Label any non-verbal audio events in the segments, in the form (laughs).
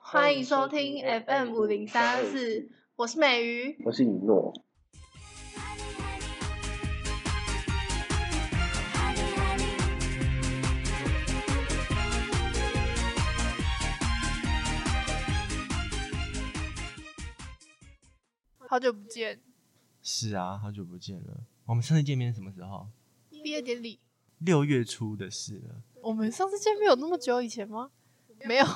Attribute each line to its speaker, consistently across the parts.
Speaker 1: 欢迎收听 FM 五零三四，我是美鱼。
Speaker 2: 我是以诺。
Speaker 1: 好久不见，
Speaker 3: 是啊，好久不见了。我们上次见面什么时候？
Speaker 1: 毕业典礼，
Speaker 3: 六月初的事了。
Speaker 1: 我们上次见面有那么久以前吗？没有，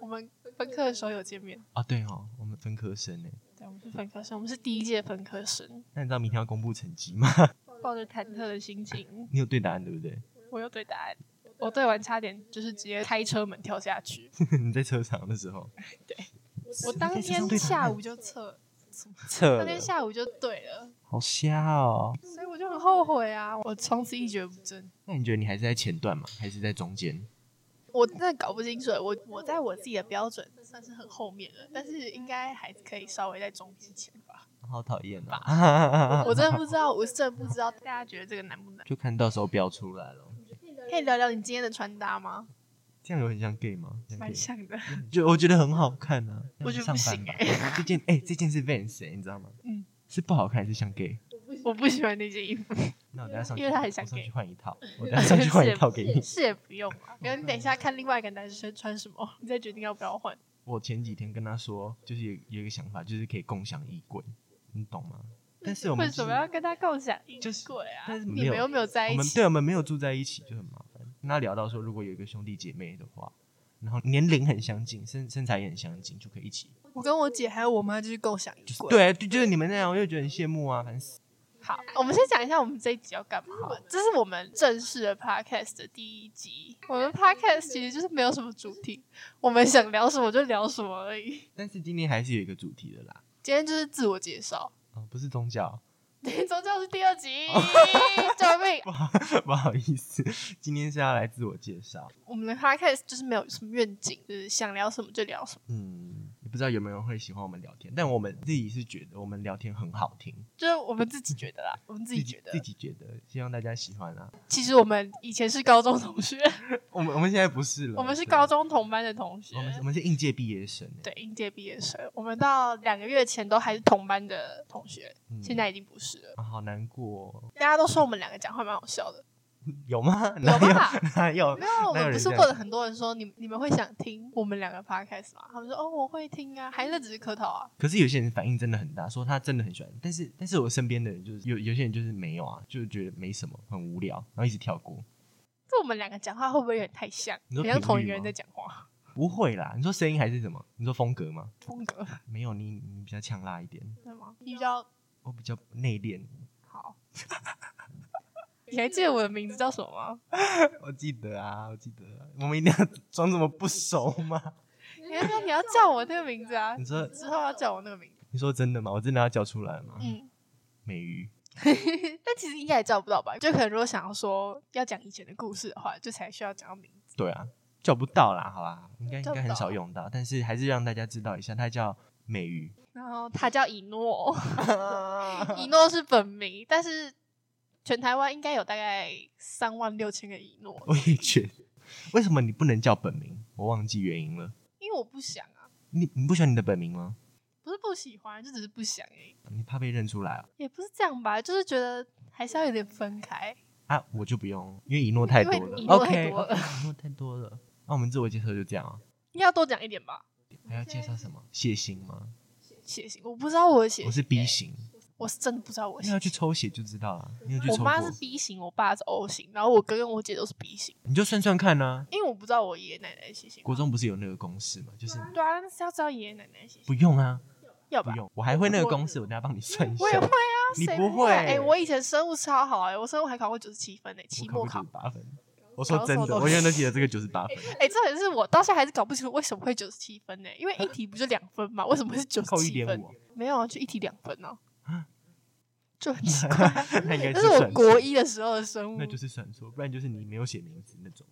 Speaker 1: 我们分科的时候有见面。
Speaker 3: 啊，对哦，我们分科生呢。
Speaker 1: 对，我们是分科生，我们是第一届分科生，
Speaker 3: 那你知道明天要公布成绩吗？ (laughs)
Speaker 1: 抱着忐忑的心情，
Speaker 3: 你有对答案对不 (laughs) 对？
Speaker 1: 我又对答案，我对完差点就是直接开车门跳下去。
Speaker 3: 你在车上的时候
Speaker 1: 我当天下午就测，
Speaker 3: 测
Speaker 1: 当天下午就对了，
Speaker 3: 好瞎哦。
Speaker 1: 所以我就很后悔啊，我从此一蹶不振。
Speaker 3: 那你觉得你还是在前段吗？还是在中间？
Speaker 1: 我真的搞不清楚，我我在我自己的标准算是很后面了，但是应该还可以稍微在中间前吧。
Speaker 3: 好讨厌啊！
Speaker 1: 我真的不知道，我真的不知道大家觉得这个难不难？
Speaker 3: (laughs) 就看到时候标出来了。
Speaker 1: 可以聊聊你今天的穿搭吗？
Speaker 3: 这样有很像 gay 吗？这样 gay
Speaker 1: 蛮像的，
Speaker 3: 吗就我觉得很好看啊。
Speaker 1: 我觉得不行欸
Speaker 3: 哎、
Speaker 1: (laughs)
Speaker 3: 这件哎、这件是 Vans，、欸、你知道吗？
Speaker 1: 嗯，
Speaker 3: 是不好看还是像 gay？
Speaker 1: (laughs) 我不喜欢那件衣服，
Speaker 3: 那我等下上去，
Speaker 1: 因为它很像
Speaker 3: 我上
Speaker 1: gay
Speaker 3: 去换一
Speaker 1: (laughs)
Speaker 3: 套，我等下上去换一套给你。
Speaker 1: 是也不用啊。没有，你等一下看另外一个男生穿什么，你再决定要不要换。
Speaker 3: 我前几天跟他说，就是有有一个想法，就是可以共享衣柜，你懂吗？但是我们
Speaker 1: 为什么要跟他共享衣柜啊？
Speaker 3: 就是但是没有
Speaker 1: 你们又没有在
Speaker 3: 我
Speaker 1: 一
Speaker 3: 们
Speaker 1: 起
Speaker 3: 对，我们没有住在一起就很麻烦。跟他聊到说，如果有一个兄弟姐妹的话，然后年龄很相近，身身材也很相近，就可以一起。
Speaker 1: 我跟我姐还有我妈就是共享衣柜。
Speaker 3: 对，啊就就是你们那样，我就觉得很羡慕啊，烦死。
Speaker 1: 好，我们先讲一下我们这一集要干嘛。这是我们正式的 podcast 的第一集。我们 podcast 其实就是没有什么主题，我们想聊什么就聊什么而已。
Speaker 3: 但是今天还是有一个主题的啦，
Speaker 1: 今天就是自我介绍，
Speaker 3: 哦，不是宗教， (laughs)
Speaker 1: 对，宗教是第二集，
Speaker 3: 哦
Speaker 1: (laughs) 救命！
Speaker 3: 不好不好意思，今天是要来自我介绍。
Speaker 1: 我们的 podcast 就是没有什么愿景，就是想聊什么就聊什么。
Speaker 3: 嗯，也不知道有没有人会喜欢我们聊天，但我们自己是觉得我们聊天很好听，
Speaker 1: 就是我们自己觉得啦，我们自己觉得
Speaker 3: 自。己觉得，希望大家喜欢啊。
Speaker 1: 其实我们以前是高中同学，
Speaker 3: 我们我们现在不是了，
Speaker 1: 我们是
Speaker 3: 对
Speaker 1: 高，中同班的同学
Speaker 3: 我。们我们是应届毕业生欸，
Speaker 1: 对，应届毕业生，我们到两个月前都还是同班的同学，
Speaker 3: 嗯
Speaker 1: 现在已经不是了。
Speaker 3: 啊，好难过哦， (laughs)
Speaker 1: 大家都说我们两个讲话蛮好笑的，
Speaker 3: 有吗？ (laughs) 哪
Speaker 1: (laughs) 有
Speaker 3: 有 (laughs)
Speaker 1: 吧
Speaker 3: 哪有
Speaker 1: 没？有，我
Speaker 3: 哪有
Speaker 1: 们不
Speaker 3: 人
Speaker 1: 是
Speaker 3: 这样
Speaker 1: 问了很多人说你你们会想听我们两个 podcast 吗？他们说哦我会听啊，还是那只是客套啊？
Speaker 3: 可是有些人反应真的很大，说他真的很喜欢，但是但是我身边的人就是有有些人就是没有啊，就觉得没什么，很无聊，然后一直跳过。
Speaker 1: 这我们两个讲话会不会有点太像？
Speaker 3: 你说
Speaker 1: 很像
Speaker 3: 频
Speaker 1: 同一
Speaker 3: 率
Speaker 1: 个人
Speaker 3: 吗
Speaker 1: 在讲话，
Speaker 3: 不会啦，你说声音还是什么？你说风格吗？
Speaker 1: 风格
Speaker 3: 没有，你你比较呛辣一点，
Speaker 1: 对吗？ (laughs) 你比较
Speaker 3: 我比较内敛。
Speaker 1: (laughs) 好。你还记得我的名字叫什么吗？
Speaker 3: 我记得啊，我记得啊、我们一定要 (laughs) 装这么不熟吗？ (laughs)
Speaker 1: 你还说你要叫我那个名字啊？
Speaker 3: 你说
Speaker 1: 之后要叫我那个名字，
Speaker 3: 你说真的吗？我真的要叫出来吗？
Speaker 1: 嗯，
Speaker 3: 美鱼，
Speaker 1: (laughs) 但其实应该也叫不到吧？就可能如果想要说要讲以前的故事的话，就才需要讲到名字。
Speaker 3: 对啊，叫不到啦，好啦，应该
Speaker 1: 叫不到
Speaker 3: 应该很少用到，但是还是让大家知道一下，它叫美
Speaker 1: (laughs)
Speaker 3: 鱼。
Speaker 1: 然后他叫以诺，以诺是本名，但是全台湾应该有大概三万六千个以诺，
Speaker 3: 我也觉得，为什么你不能叫本名？我忘记原因了。
Speaker 1: 因为我不想啊，
Speaker 3: 你你不喜欢你的本名吗？
Speaker 1: 不是不喜欢，就只是不想而已，
Speaker 3: 你怕被认出来啊？
Speaker 1: 也不是这样吧，就是觉得还是要有点分开。
Speaker 3: 啊，我就不用，因为一诺太多
Speaker 1: 因
Speaker 3: 了
Speaker 1: 为。一诺
Speaker 3: OK，
Speaker 1: 太
Speaker 3: (laughs)
Speaker 1: 多了
Speaker 3: OK，一诺哦太多了。那、我们自我介绍就这样啊。
Speaker 1: 应该要多讲一点吧，
Speaker 3: 还要介绍什么？血型吗？
Speaker 1: 血型我不知道我的血型，欸
Speaker 3: 我是 B 型，
Speaker 1: 我是真的不知道我的
Speaker 3: 那
Speaker 1: 血
Speaker 3: 要
Speaker 1: 型。
Speaker 3: 去抽血就知道了。你有去
Speaker 1: 我
Speaker 3: 抽过？
Speaker 1: 妈是 B 型，我爸是 O 型，然后我哥跟我姐都是 B 型，
Speaker 3: 你就算算看呐、
Speaker 1: 因为我不知道我爷爷奶奶的血型。
Speaker 3: 国中不是有那个公式吗？就是
Speaker 1: 对啊，但是要知道爷爷奶奶的血型，
Speaker 3: 不用啊，
Speaker 1: 要
Speaker 3: 不
Speaker 1: 吧？
Speaker 3: 用，我还会那个公式，我等下帮你算一下。
Speaker 1: 我也会啊，
Speaker 3: 你
Speaker 1: 谁
Speaker 3: 不
Speaker 1: 会？
Speaker 3: 会
Speaker 1: 哎、我以前生物超好哎、我生物还考过九十七分哎、期末
Speaker 3: 我
Speaker 1: 考
Speaker 3: 考。八分。我说真
Speaker 1: 高手
Speaker 3: 的，
Speaker 1: 都
Speaker 3: 我永远都记得这个九十八
Speaker 1: (laughs)
Speaker 3: 分，
Speaker 1: 哎、这也是我到现在还是搞不清楚为什么会九十七分呢、因为一题不就两分嘛，为什么会是九
Speaker 3: 扣
Speaker 1: 十
Speaker 3: 一
Speaker 1: 七
Speaker 3: 点
Speaker 1: 分
Speaker 3: 五？，哦
Speaker 1: 没有啊，就一题两分
Speaker 3: (laughs)
Speaker 1: 哦、
Speaker 3: 啊
Speaker 1: 就很奇怪。
Speaker 3: 那应该
Speaker 1: 那
Speaker 3: 是
Speaker 1: 是我
Speaker 3: 算错，
Speaker 1: 国一的时候的生物，
Speaker 3: 那就是算错，不然就是你没有写名字那种。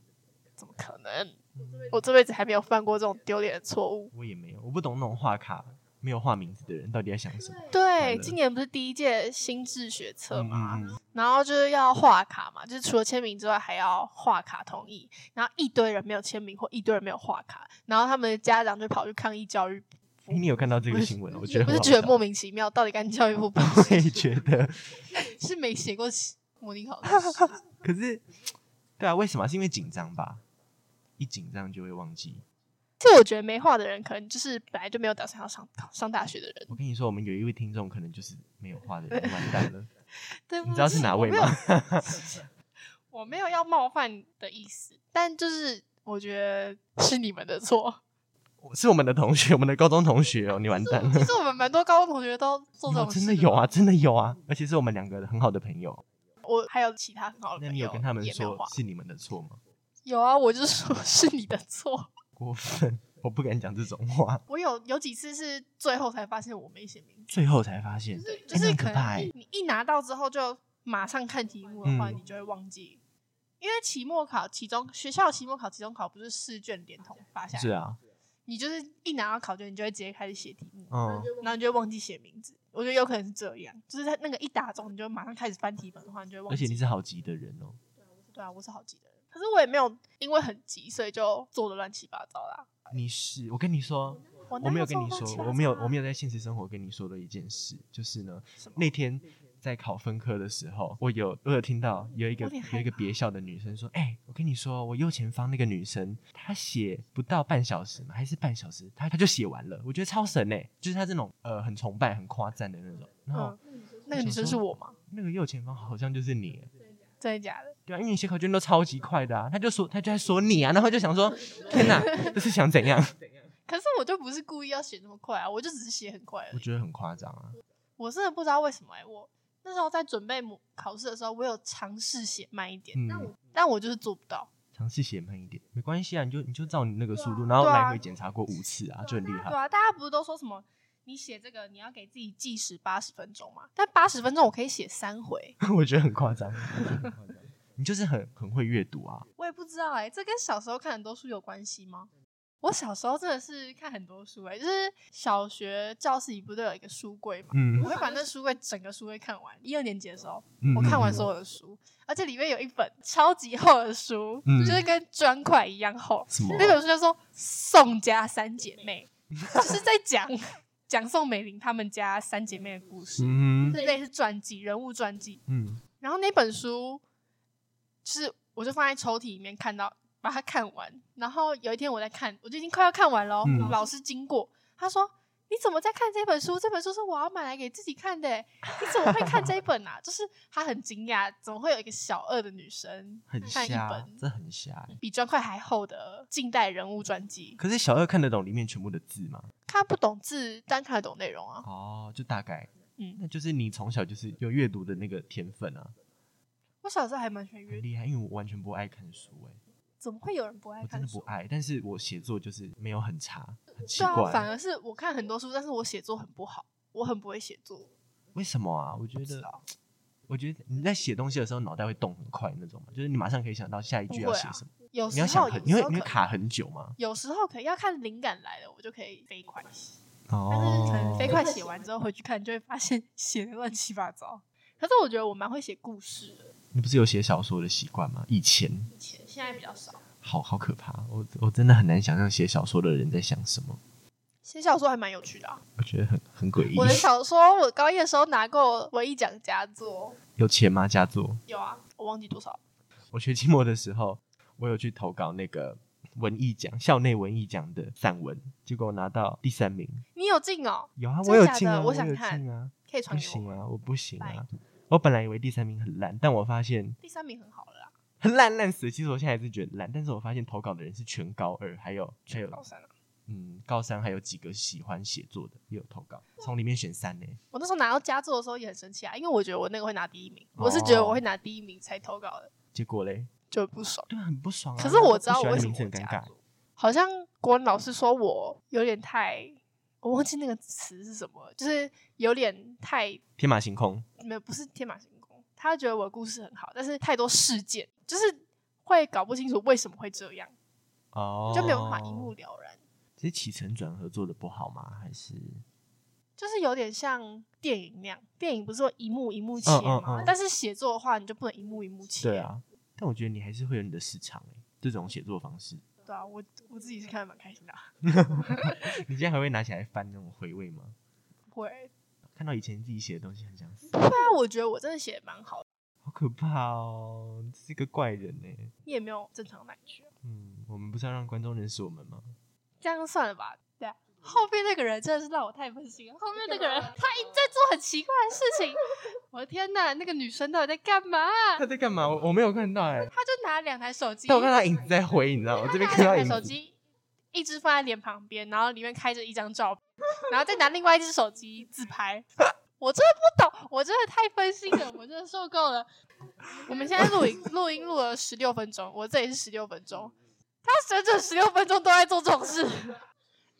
Speaker 1: 怎么
Speaker 3: 嗯
Speaker 1: 可能？我这辈子还没有犯过这种丢脸的错误。
Speaker 3: 我也没有，我不懂那种画卡，没有画名字的人到底在想什么。
Speaker 1: 对，啊
Speaker 3: 的
Speaker 1: 今年不是第一届心智学测嘛，
Speaker 3: 嗯嗯嗯
Speaker 1: 然后就是要画卡嘛，就是除了签名之外还要画卡同意，然后一堆人没有签名或一堆人没有画卡，然后他们的家长就跑去抗议教育部，
Speaker 3: 诶嗯你有看到这个新闻？啊我觉得
Speaker 1: 不
Speaker 3: 很
Speaker 1: 是
Speaker 3: 好
Speaker 1: 觉得
Speaker 3: 笑
Speaker 1: 莫名其妙，到底干教育
Speaker 3: (laughs)
Speaker 1: 部不
Speaker 3: 我也觉得，
Speaker 1: 是没写过模拟考的试
Speaker 3: 可是，对啊，为什么？是因为紧张吧？一紧张就会忘记。
Speaker 1: 这我觉得没画的人，可能就是本来就没有打算要上上大学的人。
Speaker 3: 我跟你说，我们有一位听众可能就是没有画的人，完蛋了。
Speaker 1: 对不
Speaker 3: 你知道是
Speaker 1: 起
Speaker 3: 哪
Speaker 1: 我
Speaker 3: 位
Speaker 1: 没有
Speaker 3: 吗？
Speaker 1: (laughs) 我没有要冒犯的意思，但就是我觉得是你们的
Speaker 3: (laughs)
Speaker 1: 错。
Speaker 3: 是我们的同学，我们的高中同学哦，你完蛋了。
Speaker 1: 其实我们蛮多高中同学都做这
Speaker 3: 哦
Speaker 1: 种事、
Speaker 3: 真的有啊，。真的有啊，而且是我们两个很好的朋友。
Speaker 1: 我还有其他很好的朋
Speaker 3: 那
Speaker 1: 友，
Speaker 3: 你有跟他们
Speaker 1: 也没有
Speaker 3: 说
Speaker 1: 画
Speaker 3: 是你们的错吗？
Speaker 1: 有啊，我就说是你的错。
Speaker 3: 过分，我不敢讲这种话。
Speaker 1: 我有有几次是最后才发现我没写名字，
Speaker 3: 最后才发现，哎
Speaker 1: 就
Speaker 3: 诶那
Speaker 1: 是
Speaker 3: 很
Speaker 1: 可
Speaker 3: 可怕
Speaker 1: 能
Speaker 3: 欸
Speaker 1: 你一拿到之后就马上看题目的话，
Speaker 3: 嗯
Speaker 1: 你就会忘记。因为期末考、期中学校期末考、期中考不是试卷连同发下来，
Speaker 3: 是啊，
Speaker 1: 你就是一拿到考卷，你就会直接开始写题目。
Speaker 3: 嗯，
Speaker 1: 然后你就会忘记写名字。我觉得有可能是这样，就是他那个一打钟，你就马上开始翻题本的话，你就会忘
Speaker 3: 而
Speaker 1: 记。
Speaker 3: 且你是好急的人哦。
Speaker 1: 对啊，我是好记的人，可是我也没有因为很急，所以就做的乱七八糟啦。
Speaker 3: 你是，我跟你说，
Speaker 1: 我
Speaker 3: 我
Speaker 1: 哪
Speaker 3: 没有
Speaker 1: 哦做
Speaker 3: 跟你
Speaker 1: 乱七
Speaker 3: 说，
Speaker 1: 八
Speaker 3: 我没有，
Speaker 1: 糟啊
Speaker 3: 我没有在现实生活跟你说的一件事，就是呢，
Speaker 1: 什么
Speaker 3: 那天在考分科的时候，我有我有听到有一个
Speaker 1: 有点害
Speaker 3: 有一个别校的女生说：“哎、我跟你说，我右前方那个女生，她写不到半小时嘛，还是半小时，她她就写完了，我觉得超神哎、就是她这种呃很崇拜、很夸赞的那种。然后、
Speaker 1: 嗯，那个女生是我吗？
Speaker 3: 那个右前方好像就是你欸、
Speaker 1: 真的假的？
Speaker 3: 对啊，因为你写考卷都超级快的啊，她就说她就在说你啊，然后就想说天哪，这是想怎样？
Speaker 1: 可是我就不是故意要写那么快啊，我就只是写很快而
Speaker 3: 我
Speaker 1: 已。
Speaker 3: 觉得很夸张啊，
Speaker 1: 我真的不知道为什么哎、我那时候在准备模考试的时候，我有尝试写慢一点，
Speaker 3: 嗯。”
Speaker 1: 但我就是做不到。
Speaker 3: 尝试写慢一点，没关系啊，你就你就照你那个速度，然后
Speaker 1: 对啊
Speaker 3: 来回检查过五次啊，就很厉害
Speaker 1: 对。啊，大家不是都说什么？你写这个，你要给自己计时八十分钟嘛？但八十分钟我可以写三回，
Speaker 3: (laughs) 我觉得很夸张。
Speaker 1: 啊
Speaker 3: (laughs) 你就是很很会阅读啊，
Speaker 1: 我也不知道哎、这跟小时候看很多书有关系吗？我小时候真的是看很多书哎、就是小学教室里不都有一个书柜嘛？
Speaker 3: 嗯
Speaker 1: 我，会把那书柜整个书柜看完。一二年级的时候，
Speaker 3: 嗯
Speaker 1: 我看完
Speaker 3: 嗯
Speaker 1: 所有的书，而且里面有一本超级厚的书，
Speaker 3: 嗯
Speaker 1: 就是跟砖块一样厚。
Speaker 3: 什么
Speaker 1: 那本书叫做《宋家三姐妹》，
Speaker 3: (laughs)
Speaker 1: 就是在讲讲宋美龄她们家三姐妹的故事，
Speaker 3: 嗯
Speaker 1: 类似传记、人物传记。
Speaker 3: 嗯，
Speaker 1: 然后那本书，就是我就放在抽屉里面看到，把它看完。然后有一天我在看，我就已经快要看完喽。
Speaker 3: 嗯
Speaker 1: 老师经过，他说：“你怎么在看这本书？这本书是我要买来给自己看的欸，你怎么会看这一本啊？”就是他很惊讶，怎么会有一个小二的女生
Speaker 3: 很
Speaker 1: 看一
Speaker 3: 瞎，
Speaker 1: 本
Speaker 3: 这很瞎欸。
Speaker 1: 比砖块还厚的近代人物传记？
Speaker 3: 可是小二看得懂里面全部的字吗？
Speaker 1: 看不懂字，但看得懂内容啊。
Speaker 3: 哦，就大概，
Speaker 1: 嗯
Speaker 3: 那就是你从小就是有阅读的那个天分啊，
Speaker 1: 我小时候还蛮喜欢阅
Speaker 3: 很
Speaker 1: 读，
Speaker 3: 厉害。因为我完全不爱看书、欸，
Speaker 1: 怎么会有人不爱
Speaker 3: 我真
Speaker 1: 看
Speaker 3: 的不
Speaker 1: 书？
Speaker 3: 爱，但是我写作就是没有很差，很奇
Speaker 1: 对啊，
Speaker 3: 怪，
Speaker 1: 反而是我看很多书，但是我写作很不好，我很不会写作。
Speaker 3: 为什么啊？我觉
Speaker 1: 不知
Speaker 3: 得
Speaker 1: 道，
Speaker 3: 我觉得你在写东西的时候脑袋会动很快那种嘛，就是你马上可以想到下一句要
Speaker 1: 不会啊
Speaker 3: 写什么，
Speaker 1: 有
Speaker 3: 你
Speaker 1: 时
Speaker 3: 要
Speaker 1: 候
Speaker 3: 想
Speaker 1: 有
Speaker 3: 很，你会
Speaker 1: 时候
Speaker 3: 你会
Speaker 1: 可
Speaker 3: 卡很久吗？
Speaker 1: 有时候可以要看灵感来了，我就可以飞快写。但
Speaker 3: 哦，
Speaker 1: 是可能飞快写完之后回去看，就会发现写的乱七八糟。可是我觉得我蛮会写故事的，
Speaker 3: 你不是有写小说的习惯吗？以前
Speaker 1: 以前现在比较少。
Speaker 3: 好好可怕，我我真的很难想象写小说的人在想什么，
Speaker 1: 写小说还蛮有趣的啊、
Speaker 3: 我觉得很很诡
Speaker 1: 我的
Speaker 3: 异。
Speaker 1: 小说，我高一的时候拿过文艺奖佳作，
Speaker 3: 有钱吗？佳作，
Speaker 1: 有啊，我忘记多少。
Speaker 3: 我学期末的时候，我有去投稿那个文艺奖，校内文艺奖的散文，结果我拿到第三名。
Speaker 1: 你有进哦，
Speaker 3: 有啊，
Speaker 1: 真的
Speaker 3: 我有
Speaker 1: 假
Speaker 3: 进
Speaker 1: 的
Speaker 3: 啊，
Speaker 1: 我
Speaker 3: 我
Speaker 1: 想
Speaker 3: 有
Speaker 1: 看
Speaker 3: 进啊，
Speaker 1: 可以
Speaker 3: 不
Speaker 1: 传给我
Speaker 3: 行
Speaker 1: 吗。
Speaker 3: 啊，我不行
Speaker 1: 拜
Speaker 3: 啊。我本来以为第三名很烂，但我发现
Speaker 1: 第三名很好了啦，
Speaker 3: 很烂烂死了。其实我现在还是觉得烂，但是我发现投稿的人是全高二，还有还有
Speaker 1: 高三了。啊
Speaker 3: 嗯，高三还有几个喜欢写作的也有投稿，从里面选三呢。
Speaker 1: 我那时候拿到佳作的时候也很生气啊，因为我觉得我那个会拿第一名，
Speaker 3: 哦
Speaker 1: 我是觉得我会拿第一名才投稿的，
Speaker 3: 结果嘞，
Speaker 1: 就很不爽。
Speaker 3: 对啊，很不爽啊。
Speaker 1: 可是我知道
Speaker 3: 不
Speaker 1: 我
Speaker 3: 喜欢
Speaker 1: 为
Speaker 3: 的
Speaker 1: 什
Speaker 3: 名
Speaker 1: 么
Speaker 3: 字很
Speaker 1: 我
Speaker 3: 尴
Speaker 1: 加
Speaker 3: 尬
Speaker 1: 入，好像国文老师说我有点太，我忘记那个词是什么了，就是有点太
Speaker 3: 天马行空。
Speaker 1: 没有不是天马行空，他觉得我的故事很好，但是太多事件，就是会搞不清楚为什么会这样，
Speaker 3: 哦，
Speaker 1: 就没有办法一目。了然。
Speaker 3: 其实起承转合做的不好吗？还是
Speaker 1: 就是有点像电影那样，电影不是说一幕一幕切
Speaker 3: 嗯嗯
Speaker 1: 嘛，
Speaker 3: 嗯
Speaker 1: 但是写作的话，你就不能一幕一幕切。
Speaker 3: 对，啊，但我觉得你还是会有你的市场哎、这种写作方式，
Speaker 1: 对啊，我我自己是看的蛮开心的啊、
Speaker 3: 你现在还会拿起来翻那种回味吗？
Speaker 1: 会，
Speaker 3: 看到以前自己写的东西，很想死，
Speaker 1: 对啊，我觉得我真的写的蛮好的，
Speaker 3: 好可怕哦！这是一个怪人哎、
Speaker 1: 你也没有正常哪里去啊，
Speaker 3: 嗯，我们不是要让观众认识我们吗？
Speaker 1: 这样算了吧。对啊，后面那个人真的是让我太分心了。后面那个人他一直在做很奇怪的事情， (laughs) 我的天哪，那个女生到底在干嘛？啊
Speaker 3: 他在干嘛？我我没有看到哎、
Speaker 1: 她就拿两台手机，
Speaker 3: 但我看到影子在挥，你知道哦吗？我这边
Speaker 1: 他
Speaker 3: 看
Speaker 1: 拿
Speaker 3: 到
Speaker 1: 两
Speaker 3: 影
Speaker 1: 台手
Speaker 3: 子，
Speaker 1: 机，一只放在脸旁边，然后里面开着一张照片，然后再拿另外一只手机自拍。 (laughs) 我真的不懂，我真的太分心了，我真的受够了。我们现在录影，录音录了十六分钟，我这里是十六分钟，他整整十六分钟都在做这种事，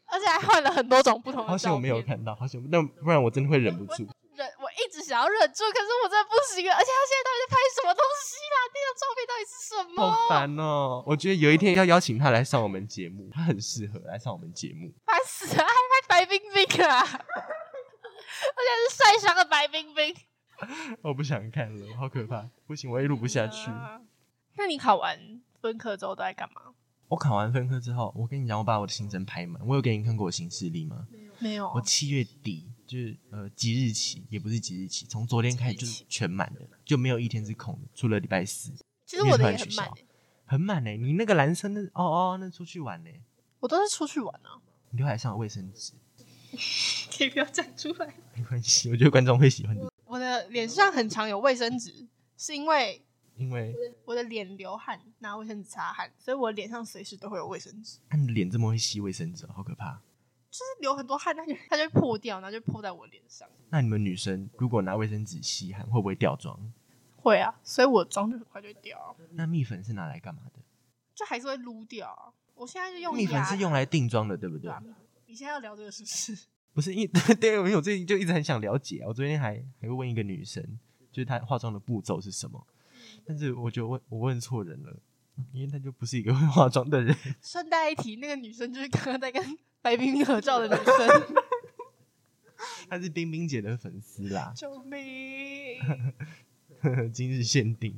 Speaker 1: 而且还换了很多种不同
Speaker 3: 好
Speaker 1: 的
Speaker 3: 险
Speaker 1: 照
Speaker 3: 我没有
Speaker 1: 片。
Speaker 3: 看到，好险！那不然我真的会忍不住。
Speaker 1: 忍，我一直想要忍住，可是我真的不行了。而且他现在到底在拍什么东西啦？那张照片到底是什么？
Speaker 3: 好烦哦！我觉得有一天要邀请他来上我们节目，他很适合来上我们节目。
Speaker 1: 烦死了，还拍白冰冰啊！而且是晒伤的白冰冰，
Speaker 3: 我不想看了，好可怕！不行，我也录不下去。
Speaker 1: 啊那你考完分科之后都在干嘛？
Speaker 3: 我考完分科之后，我跟你讲，我把我的行程排满。我有给你看过我行事历吗？
Speaker 1: 没有啊
Speaker 3: 我哦七月底就是呃即日起，也不是即日起，从昨天开始就是全满的，就没有一天是空的，除了礼拜四，
Speaker 1: 其实我的也很满、
Speaker 3: 因为突然取很满呢、你那个男生那哦哦，那出去玩呢、
Speaker 1: 我都是出去玩啊。
Speaker 3: 你刘海上有卫生纸，
Speaker 1: 可以不要讲出来。
Speaker 3: 没关系，我觉得观众会喜欢的，
Speaker 1: 我的脸上很常有卫生纸，是因为
Speaker 3: 因为
Speaker 1: 我的脸流汗，拿卫生纸擦汗，所以我脸上随时都会有卫生纸。
Speaker 3: 看你的脸这么会吸卫生纸，好可怕。
Speaker 1: 就是流很多汗，它就它就会破掉，然后就破在我脸上。
Speaker 3: 那你们女生如果拿卫生纸吸汗，会不会掉妆？
Speaker 1: 会啊，所以我妆就很快就会掉啊、
Speaker 3: 那蜜粉是拿来干嘛的？
Speaker 1: 就还是会撸掉啊。我现在就用
Speaker 3: 蜜粉
Speaker 1: 牙
Speaker 3: 是用来定妆的，对不对
Speaker 1: 对？啊，你现在要聊这个是不是？
Speaker 3: 不是，因对，因为 (laughs) 我最近就一直很想了解啊。我昨天还还会问一个女生，就是她化妆的步骤是什么，
Speaker 1: 嗯
Speaker 3: 但是我觉得问我问错人了，因为她就不是一个会化妆的人。
Speaker 1: 顺带一提，那个女生就是刚刚在跟白冰冰合照的女生。
Speaker 3: 她是冰冰姐的粉丝啦，
Speaker 1: 救命！
Speaker 3: 今日限定，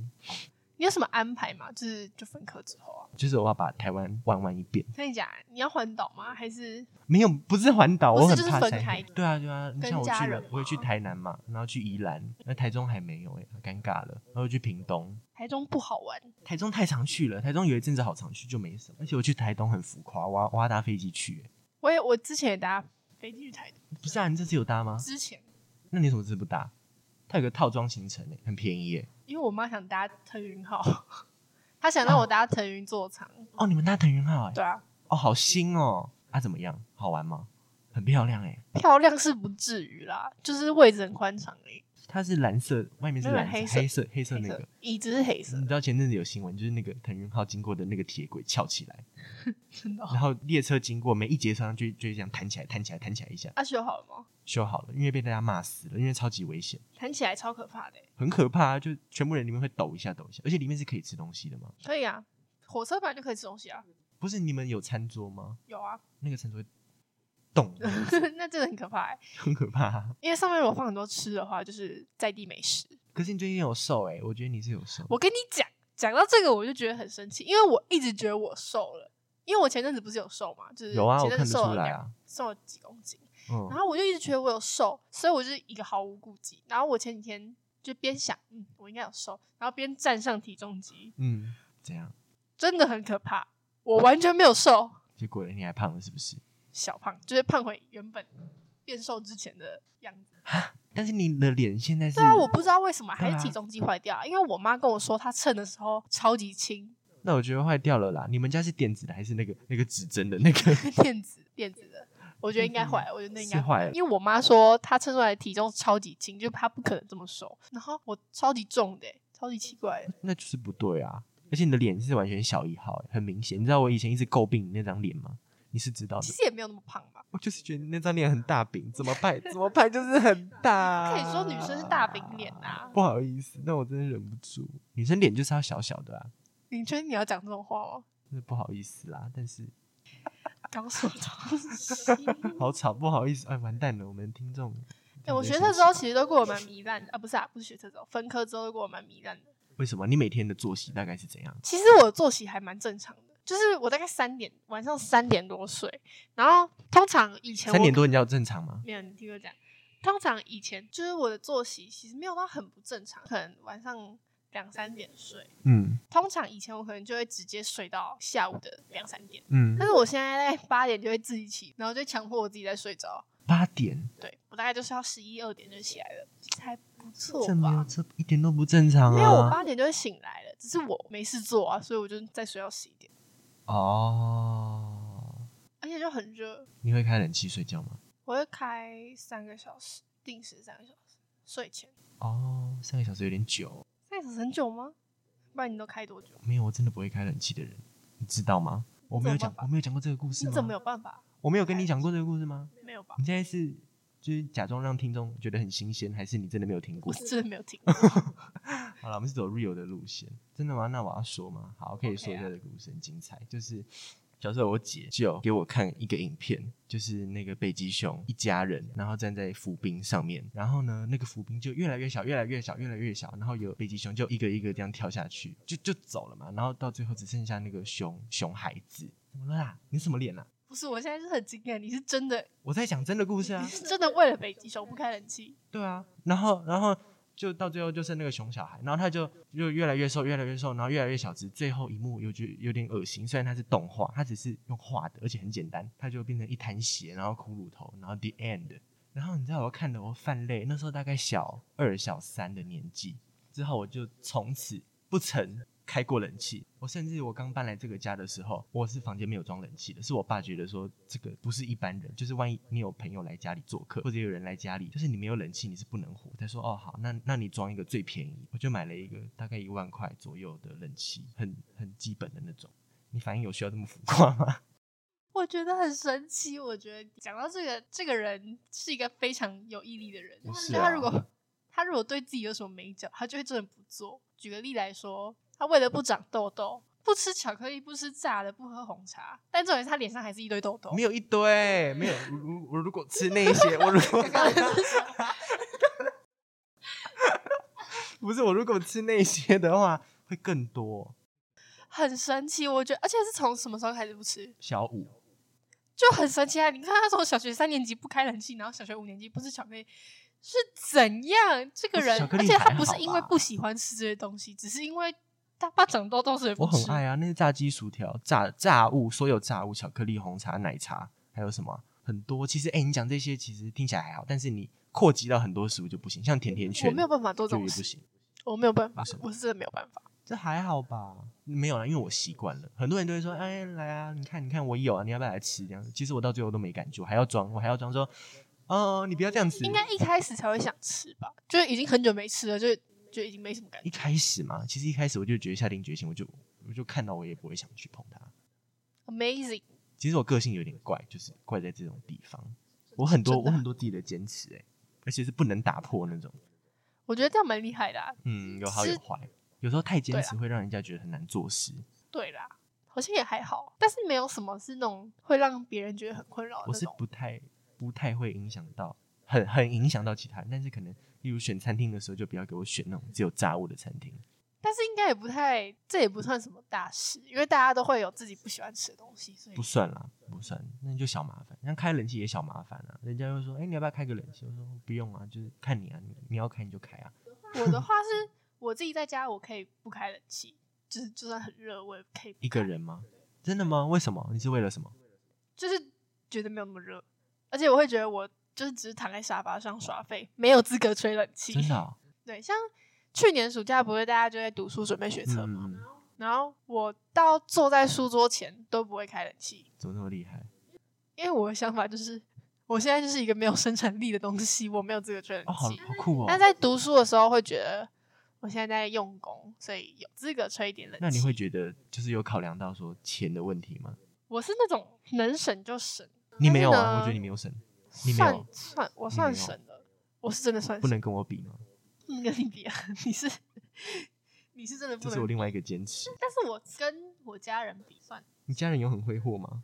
Speaker 1: 你有什么安排吗？就是就分科之后啊？
Speaker 3: 就是我要把台湾玩完一遍。
Speaker 1: 跟你讲，你要环岛吗？还是
Speaker 3: 没有，不是环岛，
Speaker 1: 不是
Speaker 3: 我很
Speaker 1: 就是
Speaker 3: 怕
Speaker 1: 分
Speaker 3: 山
Speaker 1: 开
Speaker 3: 地对啊，对啊，你
Speaker 1: 跟
Speaker 3: 像我
Speaker 1: 家
Speaker 3: 去
Speaker 1: 人
Speaker 3: 了，我会去台南嘛，然后去宜兰，那台中还没有哎、尴尬了。然后去屏东，
Speaker 1: 台中不好玩？
Speaker 3: 台中太常去了，台中有一阵子好常去就没什么。而且我去台东很浮夸，我要我要搭飞机去、欸
Speaker 1: 我也我之前也搭飞机去台东，
Speaker 3: 不是啊，你这次有搭吗？
Speaker 1: 之前
Speaker 3: 那你怎么这次不搭？它有个套装行程哎、很便宜哎、
Speaker 1: 因为我妈想搭腾云号，她想让我搭腾云座舱。
Speaker 3: 哦，你们搭腾云号哎、
Speaker 1: 对啊，
Speaker 3: 哦，好新哦。啊，怎么样？好玩吗？很漂亮哎、
Speaker 1: 漂亮是不至于啦，就是位置很宽敞而已。
Speaker 3: 它是蓝色，外面是
Speaker 1: 没有
Speaker 3: 蓝色
Speaker 1: 黑色
Speaker 3: 黑色黑色
Speaker 1: 黑
Speaker 3: 那个嗯
Speaker 1: 色。椅子是黑色
Speaker 3: 你，知道前阵子有新闻，就是那个腾云号经过的那个铁轨翘起来，
Speaker 1: (laughs) 真的哦。
Speaker 3: 然后列车经过，每一节车上就就会这样弹起来、弹起来、弹起来一下，
Speaker 1: 啊，修好了吗？
Speaker 3: 修好了，因为被大家骂死了，因为超级
Speaker 1: (laughs)
Speaker 3: 危险，
Speaker 1: 弹起来超可怕的欸、
Speaker 3: 很可怕、啊，就全部人里面会抖一下、抖一下，而且里面是可以吃东西的吗？
Speaker 1: 可以啊，火车本来就可以吃东西啊，
Speaker 3: 不是你们有餐桌吗？
Speaker 1: 有啊，
Speaker 3: 那个餐桌会动，
Speaker 1: (laughs) 那真的很可怕、欸。
Speaker 3: (laughs) 很可怕、啊。
Speaker 1: 因为上面如果放很多吃的话，就是在地美食。
Speaker 3: 可是你最近有瘦哎、我觉得你是有瘦，
Speaker 1: 我跟你讲，讲到这个我就觉得很生气，因为我一直觉得我瘦了，因为我前阵子不是有瘦嘛，就是
Speaker 3: 有啊，我
Speaker 1: 前阵
Speaker 3: 看得
Speaker 1: 子瘦
Speaker 3: 出
Speaker 1: 了
Speaker 3: 来
Speaker 1: 两、
Speaker 3: 啊。
Speaker 1: 瘦了几公斤，
Speaker 3: 嗯
Speaker 1: 然，后我就一直觉得我有瘦，所以我就是一个毫无顾忌。然后我前几天就边想，嗯，我应该有瘦，然后边站上体重机，
Speaker 3: 嗯，怎样？
Speaker 1: 真的很可怕，我完全没有瘦，
Speaker 3: 结果你还胖了是不是？
Speaker 1: 小胖就是胖回原本变瘦之前的样子。
Speaker 3: 但是你的脸现在是
Speaker 1: 对啊，我不知道为什么还
Speaker 3: 对啊
Speaker 1: 是体重机坏掉、啊，因为我妈跟我说她称的时候超级轻，
Speaker 3: 那我觉得坏掉了啦！你们家是电子的还是那个那个指针的那个？ (laughs)
Speaker 1: 电子电子的，我觉得应该坏了，我觉得那应
Speaker 3: 嗯是
Speaker 1: 该
Speaker 3: 坏了
Speaker 1: 因为我妈说她称出来的体重超级轻，就她不可能这么瘦，然后我超级重的欸、超级奇怪的、
Speaker 3: 那就是不对啊！而且你的脸是完全小一号欸、很明显。你知道我以前一直诟病你那张脸吗？你是知道的
Speaker 1: 其，实也没有那么胖吧？
Speaker 3: 我就是觉得你那张脸很大饼，怎么拍怎么拍就是很
Speaker 1: (laughs)
Speaker 3: 大。
Speaker 1: 可以说女生是大饼脸啊
Speaker 3: 不好意思，那我真的忍不住。女生脸就是要小小的啊，
Speaker 1: 你确定你要讲这种话吗？
Speaker 3: 那不好意思啦。但是
Speaker 1: 讲什么东西？
Speaker 3: (laughs) 好吵，不好意思，哎，完蛋了，我们听众。
Speaker 1: (laughs) 嗯哎，我学测之后其实都过得蛮糜烂的啊，不是啊，不是学测之后，分科之后都过得蛮糜烂的。
Speaker 3: 为什么？你每天的作息大概是怎样？
Speaker 1: 其实我的作息还蛮正常的，就是我大概三点晚上三点多睡，然后通常以前我
Speaker 3: 三点多你知道正常吗？
Speaker 1: 没有，你听我讲，通常以前就是我的作息其实没有到很不正常，可能晚上两三点睡，
Speaker 3: 嗯
Speaker 1: 通常以前我可能就会直接睡到下午的两三点，
Speaker 3: 嗯
Speaker 1: 但，是我现在在八点就会自己起，然后就强迫我自己在睡着，
Speaker 3: 八点，
Speaker 1: 对我大概就是要十一二点就起来了，其实还不错
Speaker 3: 这没有，
Speaker 1: 吧。
Speaker 3: 这一点都不正常
Speaker 1: 没有，我
Speaker 3: 啊！
Speaker 1: 八点就会醒来了，只是我没事做啊，所以我就再睡到十一点，
Speaker 3: 哦，
Speaker 1: 而且就很热，
Speaker 3: 你会开冷气睡觉吗？
Speaker 1: 我会开三个小时，定时三个小时，睡前
Speaker 3: 哦，三个小时有点久，
Speaker 1: 三个小时很久吗？不然你都开多久？
Speaker 3: 没有，我真的不会开冷气的人，你知道吗？我没有
Speaker 1: 怎么
Speaker 3: 讲
Speaker 1: 办，法
Speaker 3: 我没有讲过这个故事
Speaker 1: 你
Speaker 3: 吗？嗯
Speaker 1: 怎么有办法？
Speaker 3: 我没有跟你讲过这个故事吗？
Speaker 1: 没有吧？
Speaker 3: 你现在是就是假装让听众觉得很新鲜，还是你真的没有听
Speaker 1: 我
Speaker 3: 过？
Speaker 1: 是真的没有听过。
Speaker 3: 好了，我们是走 real 的路线，真的吗？那我要说吗？好，可以说一下这个故事很精彩，就是小时候我姐就有给我看一个影片，就是那个北极熊一家人，然后站在浮冰上面，然后呢，那个浮冰就越来越小，越来越小，越来越小，然后有北极熊就一个一个这样跳下去，就就走了嘛，然后到最后只剩下那个熊熊孩子，怎么了啦？你什么脸啦、
Speaker 1: 不是，我现在是很惊讶，你是真的，
Speaker 3: 我在讲真的故事啊
Speaker 1: 你，是真的为了北极熊不开冷气，
Speaker 3: 对啊，然后然后就到最后就是那个熊小孩，然后他就就越来越瘦，越来越瘦，然后越来越小只，最后一幕有觉得有点恶心。虽然它是动画，它只是用画的，而且很简单，它就变成一滩血，然后骷髅头，然后 the end。然后你知道我看的我泛泪，那时候大概小二小三的年纪，之后我就从此不曾开过冷气。我甚至我刚搬来这个家的时候，我是房间没有装冷气的，是我爸觉得说这个不是一般人，就是万一你有朋友来家里做客，或者有人来家里，就是你没有冷气你是不能活。他说哦好，那那你装一个最便宜，我就买了一个大概一万块左右的冷气，很很基本的那种。你反应有需要这么浮夸吗？
Speaker 1: 我觉得很神奇。我觉得讲到这个，这个人是一个非常有毅力的人。
Speaker 3: 不
Speaker 1: 他
Speaker 3: 是
Speaker 1: 他
Speaker 3: 啊
Speaker 1: 如果他如果对自己有什么美角，他就会真的不做。举个例来说，他为了不长痘痘，不吃巧克力，不吃炸的，不喝红茶，但重点是他脸上还是一堆痘痘
Speaker 3: 没。有一
Speaker 1: (laughs)
Speaker 3: 堆，没有。如我如果吃那一些，我如果
Speaker 1: 刚刚
Speaker 3: 不是我如果吃那一些的话，会更多。
Speaker 1: 很神奇，我觉得，而且是从什么时候开始不吃，
Speaker 3: 小五，
Speaker 1: 就很神奇啊！你看他从小学三年级不开冷气，然后小学五年级不吃巧克力，是怎样？这个
Speaker 3: 不是
Speaker 1: 人
Speaker 3: 巧，克
Speaker 1: 而
Speaker 3: 力
Speaker 1: 且他
Speaker 3: 还
Speaker 1: 不是
Speaker 3: 好
Speaker 1: 因为
Speaker 3: 吧
Speaker 1: 不喜欢吃这些东西，只是因为他爸长痘痘所以
Speaker 3: 我
Speaker 1: 不吃。
Speaker 3: 很爱啊，那些炸鸡、薯条、炸炸物，所有炸物、巧克力、红茶、奶茶，还有什么啊很多。其实，哎、你讲这些其实听起来还好，但是你扩及到很多食物就不行，像甜甜圈，
Speaker 1: 我没有办法做这
Speaker 3: 就
Speaker 1: 种
Speaker 3: 也
Speaker 1: 事
Speaker 3: 不，行。
Speaker 1: 我没有办法
Speaker 3: 为什，么
Speaker 1: 我是真的没有办法。
Speaker 3: 这还好吧？没有啦，因为我习惯了。很多人都会说：“哎，来啊，你看，你看，我有啊，你要不要来吃？”这样子，其实我到最后都没感觉，我还要装，我还要装说：“哦，你不要这样子。”
Speaker 1: 应该一开始才会想吃吧，就是已经很久没吃了，就就已经没什么感觉。
Speaker 3: 一开始嘛，其实一开始我就觉得下定决心，我就我就看到我也不会想去碰它。
Speaker 1: Amazing，
Speaker 3: 其实我个性有点怪，就是怪在这种地方。我很多
Speaker 1: 真的
Speaker 3: 我很多自己的坚持、欸，而且是不能打破那种。
Speaker 1: 我觉得这样蛮厉害的、啊。
Speaker 3: 嗯，有好
Speaker 1: 是
Speaker 3: 有坏，有时候太坚
Speaker 1: 对啊
Speaker 3: 持会让人家觉得很难做事。
Speaker 1: 对啦，好像也还好，但是没有什么是那种会让别人觉得很困扰的
Speaker 3: 我
Speaker 1: 那
Speaker 3: 是
Speaker 1: 种。
Speaker 3: 不太不太会影响到，很很影响到其他人，但是可能例如选餐厅的时候，就不要给我选那种只有炸物的餐厅。
Speaker 1: 但是应该也不太，这也不算什么大事，因为大家都会有自己不喜欢吃的东西，所以
Speaker 3: 不算啦，不算，那就小麻烦。像开冷气也小麻烦啊，人家会说，哎、你要不要开个冷气？我说不用啊，就是看你啊，你你要开你就开啊。
Speaker 1: 我的话是我自己在家，我可以不开冷气，就是就算很热，我也可以不
Speaker 3: 一个
Speaker 1: 开，
Speaker 3: 人吗？真的吗？为什么？你是为了什么？
Speaker 1: 就是觉得没有那么热，而且我会觉得我就是只是躺在沙发上耍废，没有资格吹冷气。
Speaker 3: 真的、哦？
Speaker 1: 对，像去年暑假不是大家就在读书准备学测嘛，
Speaker 3: 嗯，嗯
Speaker 1: 然后我到坐在书桌前都不会开冷气，
Speaker 3: 怎么那么厉害？
Speaker 1: 因为我的想法就是，我现在就是一个没有生产力的东西，我没有资格吹冷
Speaker 3: 哦，好
Speaker 1: 气。
Speaker 3: 好酷
Speaker 1: 但
Speaker 3: 哦！
Speaker 1: 在读书的时候会觉得，我现在在用功，所以有资格吹一点冷气。
Speaker 3: 那你会觉得就是有考量到说钱的问题吗？
Speaker 1: 我是那种能省就省，
Speaker 3: 你没有
Speaker 1: 但是
Speaker 3: 啊，
Speaker 1: 呢
Speaker 3: 我觉得你没有省，你没
Speaker 1: 算
Speaker 3: 有
Speaker 1: 算我
Speaker 3: 你
Speaker 1: 算
Speaker 3: 没有
Speaker 1: 省了，我是真的算
Speaker 3: 不
Speaker 1: 省。
Speaker 3: 能跟我比吗？
Speaker 1: 嗯跟你比啊，你是你是真的不
Speaker 3: 这
Speaker 1: 能
Speaker 3: 是我
Speaker 1: 比，
Speaker 3: 另外一个坚持。
Speaker 1: 但是我跟我家人比算，
Speaker 3: 你家人有很挥霍吗？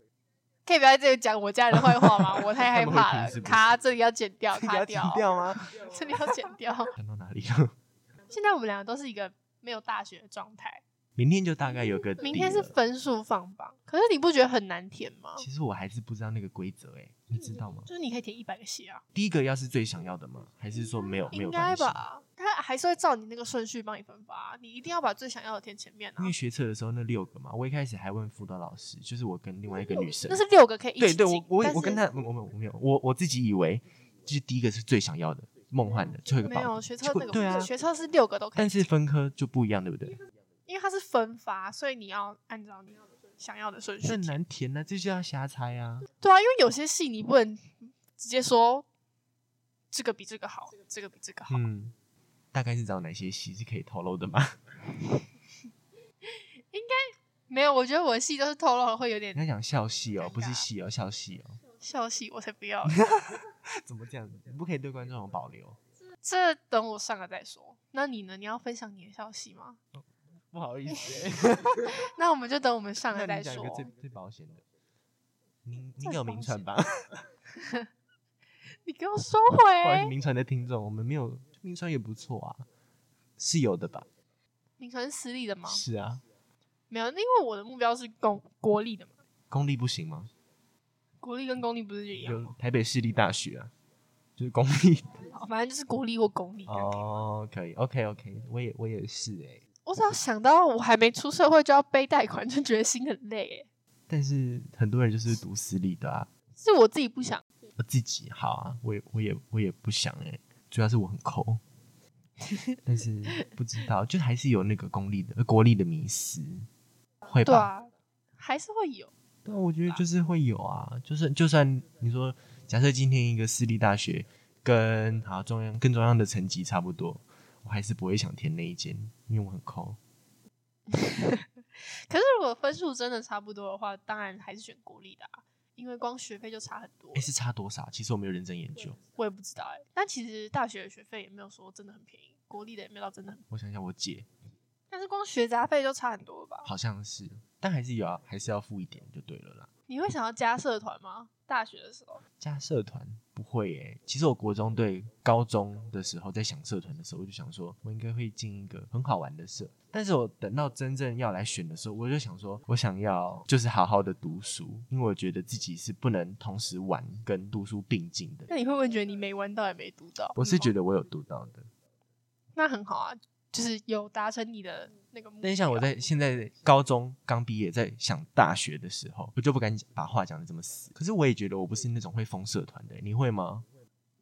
Speaker 1: 可以不要这样讲我家人的坏话
Speaker 3: (laughs)
Speaker 1: 吗？我太害
Speaker 3: 他们会
Speaker 1: 怕
Speaker 3: 听
Speaker 1: 了
Speaker 3: 是，不是
Speaker 1: 卡这里要剪掉，
Speaker 3: (laughs) 这个要
Speaker 1: 卡
Speaker 3: 停
Speaker 1: 掉，(laughs)
Speaker 3: 掉吗？
Speaker 1: 这里要剪掉。 (laughs)
Speaker 3: 讲到哪里了？ (laughs)
Speaker 1: 现在我们两个都是一个没有大学的状态，
Speaker 3: 明天就大概有个底了。
Speaker 1: 明天是分数放榜，可是你不觉得很难填吗？
Speaker 3: 其实我还是不知道那个规则哎，你知道吗？
Speaker 1: 就是你可以填一百个系啊，
Speaker 3: 第一个要是最想要的吗？还是说没有没
Speaker 1: 应
Speaker 3: 有
Speaker 1: 该
Speaker 3: 关系？
Speaker 1: 吧？他还是会照你那个顺序帮你分发、你一定要把最想要的填前面啊
Speaker 3: 因为。学测的时候那六个嘛，我一开始还问辅导老师，就是我跟另外一个女生
Speaker 1: 那，是六个可以一
Speaker 3: 对
Speaker 1: 起
Speaker 3: 对，
Speaker 1: 进
Speaker 3: 我我
Speaker 1: 但
Speaker 3: 我
Speaker 1: 是
Speaker 3: 跟她我我我没有，我我自己以为就是第一个是最想要的梦幻的，最后一个
Speaker 1: 没
Speaker 3: 报
Speaker 1: 有
Speaker 3: 的
Speaker 1: 学
Speaker 3: 结
Speaker 1: 车
Speaker 3: 果
Speaker 1: 那个
Speaker 3: 对啊
Speaker 1: 不是，学车是六个都可以
Speaker 3: 但
Speaker 1: 进，
Speaker 3: 是分科就不一样，对不对？
Speaker 1: 因为它是分发，所以你要按照你想要的顺序
Speaker 3: 那很
Speaker 1: 填。
Speaker 3: 难填呢、啊，这就要瞎猜啊。
Speaker 1: 对啊，因为有些戏你不能直接说这个比这个好，这个比这个好。
Speaker 3: 嗯，大概是找哪些系是可以透露的吗？ (laughs)
Speaker 1: 没有，我觉得我的戏都是透露了会有
Speaker 3: 你
Speaker 1: 点
Speaker 3: 要讲校系哦，
Speaker 1: 尴尬
Speaker 3: 不是系哦，校系哦，
Speaker 1: 笑戏，我才不
Speaker 3: (laughs)
Speaker 1: 要。
Speaker 3: 怎么这样？你不可以对观众有保留。
Speaker 1: 这等我上了再说。那你呢？你要分享你的笑戏吗？
Speaker 3: 不好
Speaker 1: (laughs)
Speaker 3: 意思、欸，
Speaker 1: 那我们就等我们上了
Speaker 3: 那
Speaker 1: 再
Speaker 3: 你讲一
Speaker 1: 说
Speaker 3: 个。最最保险的，您您有
Speaker 1: 保
Speaker 3: 名传
Speaker 1: 险
Speaker 3: 吧？
Speaker 1: 你给我收
Speaker 3: 不好意思，
Speaker 1: 回。
Speaker 3: 名传的听众，我们没有名传也不错啊，是有的吧？
Speaker 1: 名传是私立的吗？
Speaker 3: 是啊，
Speaker 1: 没有，因为我的目标是公国立的嘛，
Speaker 3: 公立不行吗？
Speaker 1: 国立跟公立不是一样吗？
Speaker 3: 有台北市立大学啊，就是公
Speaker 1: (laughs)
Speaker 3: 立
Speaker 1: 好反正就是国立或公立。
Speaker 3: 哦，可以，OK OK，我也我也是哎、
Speaker 1: 我只要想到我还没出社会就要背贷款，就觉得心很累耶。
Speaker 3: 但是很多人就是读私立的啊，
Speaker 1: 是我自己不想，
Speaker 3: 我自己好啊，我也我也我也不想哎、主要是我很抠，
Speaker 1: (laughs)
Speaker 3: 但是不知道，就还是有那个公立的、呃国立的迷失，会
Speaker 1: 对
Speaker 3: 吧？
Speaker 1: 啊，还是会有。
Speaker 3: 但我觉得就是会有啊，就是就算你说，假设今天一个私立大学跟好中央跟中央的成绩差不多，我还是不会想填那一间，因为我很抠。
Speaker 1: 可是如果分数真的差不多的话，当然还是选国立的啊，因为光学费就差很多
Speaker 3: 哎、。是差多少？其实我没有认真研究。
Speaker 1: 我也不知道哎、但其实大学的学费也没有说真的很便宜，国立的也没有到真的很，
Speaker 3: 我想想，我姐
Speaker 1: 但是光学杂费就差很多了吧？
Speaker 3: 好像是，但还是有啊，还是要付一点就对了啦。
Speaker 1: 你会想要加社团吗？大学的时候，
Speaker 3: 加社团不会耶、其实我国中对高中的时候在想社团的时候，我就想说我应该会进一个很好玩的社。但是我等到真正要来选的时候，我就想说，我想要就是好好的读书，因为我觉得自己是不能同时玩跟读书并进的
Speaker 1: 那。你会不会觉得你没玩到也没读到？
Speaker 3: 我是觉
Speaker 1: 得
Speaker 3: 得我有读到的。
Speaker 1: 那很好啊，就是有达成你的那个目标。
Speaker 3: 但像我在现在高中刚毕业，在想大学的时候，我就不敢把话讲的这么死。可是我也觉得我不是那种会疯社团的、你会吗？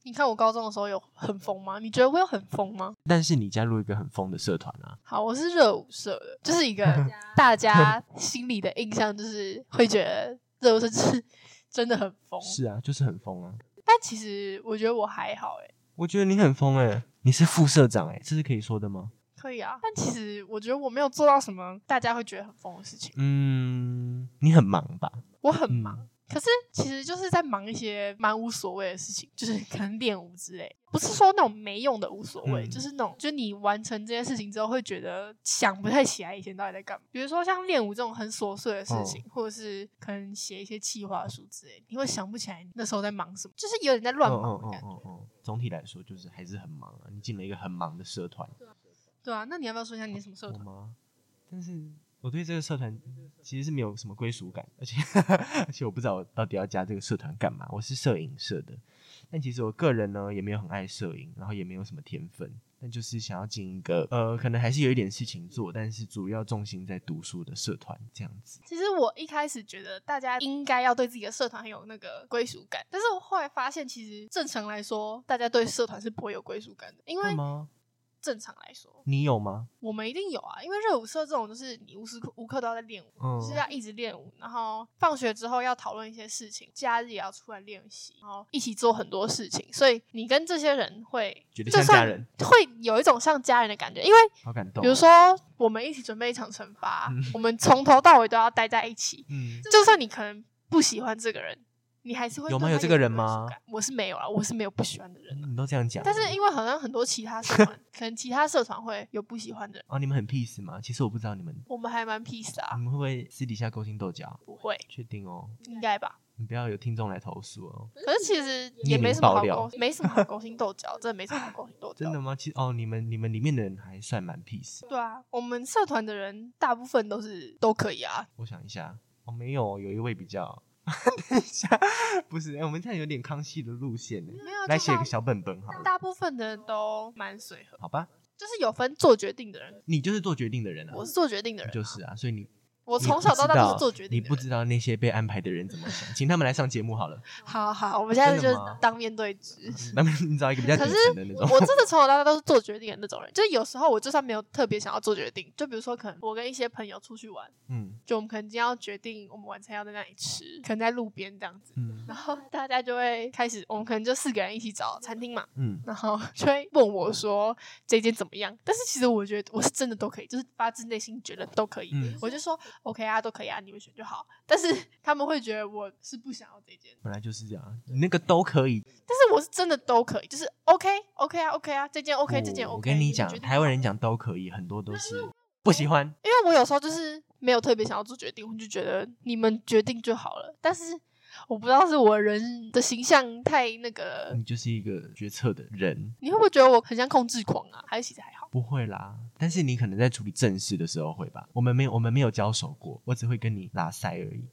Speaker 1: 你看我高中的时候有很疯吗？你觉得我有很疯吗？
Speaker 3: 但是你加入一个很疯的社团啊，
Speaker 1: 好，我是热舞社的，就是一个大家心里的印象，就是会觉得热舞社就是 (laughs) 真的很疯。
Speaker 3: 是啊，就是很疯啊。
Speaker 1: 但其实我觉得我还好、欸，
Speaker 3: 我觉得你很疯哎、你是副社长哎、这是可以说的吗？
Speaker 1: 可以啊。但其实我觉得我没有做到什么大家会觉得很疯的事情，
Speaker 3: 嗯，你很忙吧？
Speaker 1: 我很
Speaker 3: 嗯
Speaker 1: 忙。可是其实就是在忙一些蛮无所谓的事情，就是可能练舞之类，不是说那种没用的无所谓，
Speaker 3: 嗯
Speaker 1: 就是那种就你完成这件事情之后会觉得想不太起来以前到底在干嘛。比如说像练舞这种很琐碎的
Speaker 3: 哦
Speaker 1: 事情，或者是可能写一些企划书之类，你会想不起来你那时候在忙什么，就是有点在乱忙的感觉。
Speaker 3: 嗯嗯。总体来说，就是还是很忙啊。你进了一个很忙的社团，
Speaker 1: 对啊，那你要不要说一下你的什么社
Speaker 3: 我
Speaker 1: 团？
Speaker 3: 吗？但是我对这个社团其实是没有什么归属感，而且 (laughs) 而且我不知道我到底要加这个社团干嘛。我是摄影社的，但其实我个人呢也没有很爱摄影，然后也没有什么天分，但就是想要进一个呃，可能还是有一点事情做，但是主要重心在读书的社团这样子。
Speaker 1: 其实我一开始觉得大家应该要对自己的社团很有那个归属感，但是我后来发现，其实正常来说，大家对社团是不会有归属感的，因
Speaker 3: 会
Speaker 1: 为
Speaker 3: 吗？
Speaker 1: 正常来说，
Speaker 3: 你有吗？
Speaker 1: 我们一定有啊，因为热舞社这种就是你无时无刻都要在练舞，
Speaker 3: 嗯
Speaker 1: 就是要一直练舞，然后放学之后要讨论一些事情，假日也要出来练习，然后一起做很多事情，所以你跟这些人会
Speaker 3: 觉得
Speaker 1: 就
Speaker 3: 像
Speaker 1: 算
Speaker 3: 家人，
Speaker 1: 会有一种像家人的感觉，因为
Speaker 3: 好感动。
Speaker 1: 比如，说我们一起准备一场惩罚，
Speaker 3: 嗯
Speaker 1: 我们从头到尾都要待在一起，
Speaker 3: 嗯，
Speaker 1: 就算你可能不喜欢这个人，你还是会
Speaker 3: 有吗
Speaker 1: 对他
Speaker 3: 有这个人吗
Speaker 1: 有归属感？我是没有啊，我是没有不喜欢的人啊。
Speaker 3: 嗯你都这样讲，
Speaker 1: 但是因为好像很多其他社
Speaker 3: (laughs)
Speaker 1: 团，可能其他社团会有不喜欢的人，
Speaker 3: 哦，你们很 peace 吗？其实我不知道你们，
Speaker 1: 我们还蛮 peace 的啊
Speaker 3: 嗯你，们会不会私底下勾心斗角？
Speaker 1: 不会，
Speaker 3: 确定哦，
Speaker 1: 应该吧？
Speaker 3: 你不要有听众来投诉哦。
Speaker 1: 可是其实
Speaker 3: 匿
Speaker 1: 也没
Speaker 3: 名
Speaker 1: 什么
Speaker 3: 爆
Speaker 1: 好
Speaker 3: 料 (laughs)
Speaker 1: 勾，没什么好勾心斗角，真的没什么好勾心斗角。
Speaker 3: 真的吗？其实哦，你们你们里面的人还算蛮 peace。
Speaker 1: 对啊，我们社团的人大部分都是都可以啊。
Speaker 3: 我想一下，哦，没有，有一位比较。 (laughs) 等一下，不是，哎、我们这样有点康熙的路线呢。
Speaker 1: 没有，
Speaker 3: 来
Speaker 1: 就
Speaker 3: 写
Speaker 1: 大
Speaker 3: 个小本本好了，
Speaker 1: 大部分的人都蛮随和，
Speaker 3: 好吧？
Speaker 1: 就是有分做决定的人，
Speaker 3: 你就是做决定的人啊，
Speaker 1: 我是做决定的人，
Speaker 3: 就是啊，所以你
Speaker 1: 我
Speaker 3: 你
Speaker 1: 从
Speaker 3: 不
Speaker 1: 小到
Speaker 3: 知
Speaker 1: 大都
Speaker 3: 道
Speaker 1: 是做决定
Speaker 3: 你
Speaker 1: 的
Speaker 3: 不
Speaker 1: 人。
Speaker 3: 知道那些被安排的人怎么想，请他们来上节
Speaker 1: (laughs)
Speaker 3: 目好了。
Speaker 1: 好好，我们现在
Speaker 3: 真
Speaker 1: 就
Speaker 3: 的
Speaker 1: 是
Speaker 3: 吗
Speaker 1: 当面对质。
Speaker 3: 那么你找一个比较底
Speaker 1: 可是
Speaker 3: 层的那种，
Speaker 1: 我真的
Speaker 3: (laughs)
Speaker 1: 从小到大都是做决定的那种人，就是有时候我就算没有特别想要做决定，就比如说可能我跟一些朋友出去玩，
Speaker 3: 嗯
Speaker 1: 就我们可能今天要决定我们晚餐要在哪里吃，可能在路边这样子，
Speaker 3: 嗯
Speaker 1: 然后大家就会开始，我们可能就四个人一起找餐厅嘛，
Speaker 3: 嗯，
Speaker 1: 然后就会问我说这间怎么样，但是其实我觉得我是真的都可以，就是发自内心觉得都可以，
Speaker 3: 嗯
Speaker 1: 我就说 OK 啊，都可以啊，你们选就好，但是他们会觉得我是不想要这间。
Speaker 3: 本来就是这样，你那个都可以。
Speaker 1: 但是我是真的都可以，就是 OK OK 啊 OK 啊，这件 OK 这件
Speaker 3: 我
Speaker 1: OK。
Speaker 3: 我跟你讲，台湾人讲都可以，很多都是不喜欢。
Speaker 1: 因为我有时候就是没有特别想要做决定，我就觉得你们决定就好了。但是我不知道是我人的形象太那个，
Speaker 3: 嗯你就是一个决策的人，
Speaker 1: 你会不会觉得我很像控制狂啊？还是其实还好？
Speaker 3: 不会啦。但是你可能在处理正事的时候会吧。我们没有，我们没有交手过，我只会跟你拉塞而已。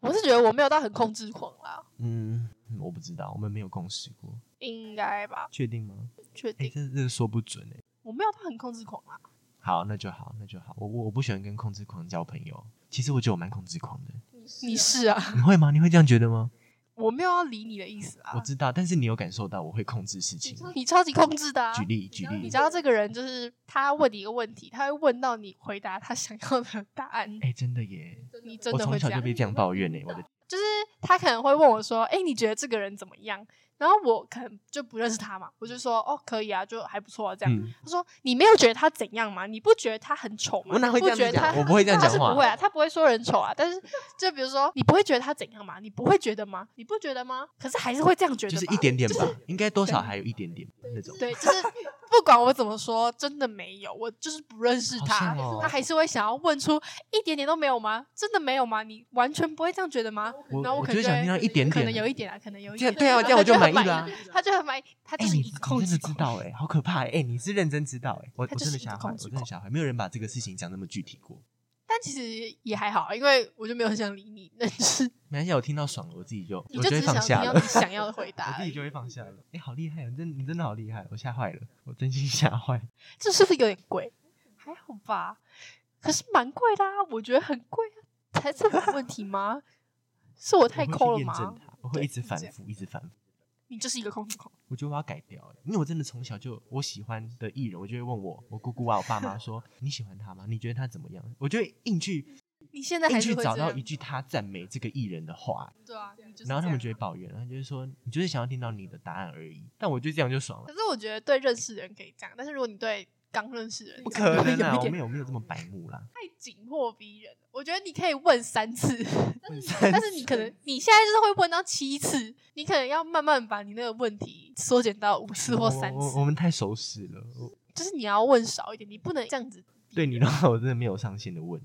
Speaker 1: 我是觉得我没有到很控制狂啦，
Speaker 3: 嗯，嗯我不知道，我们没有共识过，
Speaker 1: 应该吧？
Speaker 3: 确定吗？
Speaker 1: 确
Speaker 3: 哎、
Speaker 1: 定
Speaker 3: 这这个说不准哎、
Speaker 1: 我没有到很控制狂啊啦。
Speaker 3: 好，那就好，那就好。我我我不喜欢跟控制狂交朋友。其实我觉得我蛮控制狂的， (laughs)
Speaker 1: 你是啊， (laughs)
Speaker 3: 你会吗？你会这样觉得吗？
Speaker 1: 我没有要理你的意思
Speaker 3: 我
Speaker 1: 啊。
Speaker 3: 知道，但是你有感受到我会控制事情吗。
Speaker 1: 你超级控制的啊！
Speaker 3: 举例，举
Speaker 1: 你
Speaker 3: 例
Speaker 1: 知。道这个人就是他问你一个问题，他会问到你回答他想要的答案，
Speaker 3: 哎、真的耶！
Speaker 1: 你真
Speaker 3: 我
Speaker 1: 的
Speaker 3: 从
Speaker 1: 会这
Speaker 3: 小
Speaker 1: 样嗯
Speaker 3: 就。被这样抱怨呢、欸我的
Speaker 1: 就是他可能会问我说：“哎、你觉得这个人怎么样？”然后我可能就不认识他嘛，我就说：“哦，可以啊，就还不错啊。”这样、
Speaker 3: 嗯，
Speaker 1: 他说：“你没有觉得他怎样吗？你不觉得他很丑吗？
Speaker 3: 我哪会
Speaker 1: 你
Speaker 3: 这
Speaker 1: 不
Speaker 3: 样
Speaker 1: 觉
Speaker 3: 子
Speaker 1: 得他
Speaker 3: 讲？我不会这样
Speaker 1: 他
Speaker 3: 讲
Speaker 1: 是
Speaker 3: 话。
Speaker 1: 不会啊，他不会说人丑啊。但是就比如说，你不会觉得他怎样吗？你不会觉得吗？你不觉得吗？可是还是会这样觉得
Speaker 3: 就
Speaker 1: 吧，
Speaker 3: 是一点点
Speaker 1: 就
Speaker 3: 吧，
Speaker 1: 是
Speaker 3: 应该多少还有一点点那种。
Speaker 1: 对，就是不管我怎么说，真的没有，我就是不认识
Speaker 3: 好
Speaker 1: 他，
Speaker 3: 像哦
Speaker 1: 他还是会想要问出一点点都没有吗？真的没有吗？你完全不会这样觉得吗？
Speaker 3: 我
Speaker 1: 然后
Speaker 3: 我
Speaker 1: 可能
Speaker 3: 就想
Speaker 1: 会
Speaker 3: 听到一点
Speaker 1: 可能有
Speaker 3: 点。
Speaker 1: 一点啊，可能有一
Speaker 3: 这样
Speaker 1: 点。
Speaker 3: 对啊，
Speaker 1: 然
Speaker 3: 这样
Speaker 1: 后
Speaker 3: 我就
Speaker 1: 他很
Speaker 3: 满意
Speaker 1: 满
Speaker 3: 啦、
Speaker 1: 他就很满意，他就
Speaker 3: 哎、
Speaker 1: 是
Speaker 3: 你
Speaker 1: 一
Speaker 3: 你
Speaker 1: 个控
Speaker 3: 真
Speaker 1: 制
Speaker 3: 的
Speaker 1: 狂。
Speaker 3: 知道哎、好可怕哎、哎你是认真知道哎、我
Speaker 1: 他
Speaker 3: 我
Speaker 1: 就是
Speaker 3: 真
Speaker 1: 一
Speaker 3: 的
Speaker 1: 个
Speaker 3: 吓坏，
Speaker 1: 控
Speaker 3: 我
Speaker 1: 制
Speaker 3: 真的
Speaker 1: 狂
Speaker 3: 吓坏，没有人把这个事情讲那么具体过。
Speaker 1: 但其实也还好，因为我就没有很想理你， (laughs) 但是
Speaker 3: 没关系，我听到爽了，我自己就
Speaker 1: 你
Speaker 3: 我
Speaker 1: 就只
Speaker 3: 就会
Speaker 1: 是想要听
Speaker 3: 放下了
Speaker 1: 到，你想要的回答
Speaker 3: (laughs) 我自
Speaker 1: 而
Speaker 3: 己
Speaker 1: 已。
Speaker 3: 就会放下了。哎、好厉害哦，你真你真的好厉害，我吓坏了，我真心吓坏了。
Speaker 1: 这是不是有点贵？还好吧，可是蛮贵的啊，我觉得很贵啊，才这种问题吗？是我太
Speaker 3: 我会去
Speaker 1: 抠了
Speaker 3: 验
Speaker 1: 吗
Speaker 3: 证？它，我会
Speaker 1: 对
Speaker 3: 一直
Speaker 1: 是
Speaker 3: 反
Speaker 1: 这样
Speaker 3: 复，一直反复。
Speaker 1: 你就是一个控制狂。
Speaker 3: 我觉得我要改掉、欸，因为我真的从小就我喜欢的艺人，我就会问我我姑姑啊、我爸妈说你喜欢他吗？你觉得他怎么样？我就会硬去
Speaker 1: 你现在
Speaker 3: 硬
Speaker 1: 还是
Speaker 3: 哎去
Speaker 1: 会
Speaker 3: 找
Speaker 1: 这
Speaker 3: 到
Speaker 1: 样
Speaker 3: 一句他赞美这个艺人的话，
Speaker 1: 对啊，你就是
Speaker 3: 然后他们
Speaker 1: 这
Speaker 3: 就
Speaker 1: 样
Speaker 3: 会抱怨，然后就是说你就是想要听到你的答案而已。但我就这样就爽了
Speaker 1: 可，是我觉得对认识的人可以这样，但是如果你对刚认识的人，
Speaker 3: 不可能啊！
Speaker 1: 有
Speaker 3: 我
Speaker 1: 一
Speaker 3: 没
Speaker 1: 点
Speaker 3: 有没有这么白目啦。
Speaker 1: 太紧迫逼人了。我觉得你可以问三次，
Speaker 3: 但
Speaker 1: 但是你可能你现在就是会问到七次，你可能要慢慢把你那个问题缩减到五次或三
Speaker 3: 我我
Speaker 1: 次，
Speaker 3: 我们太熟识了，我
Speaker 1: 就是你要问少一点，你不能这样子。
Speaker 3: 对你的话我真的没有上心的问，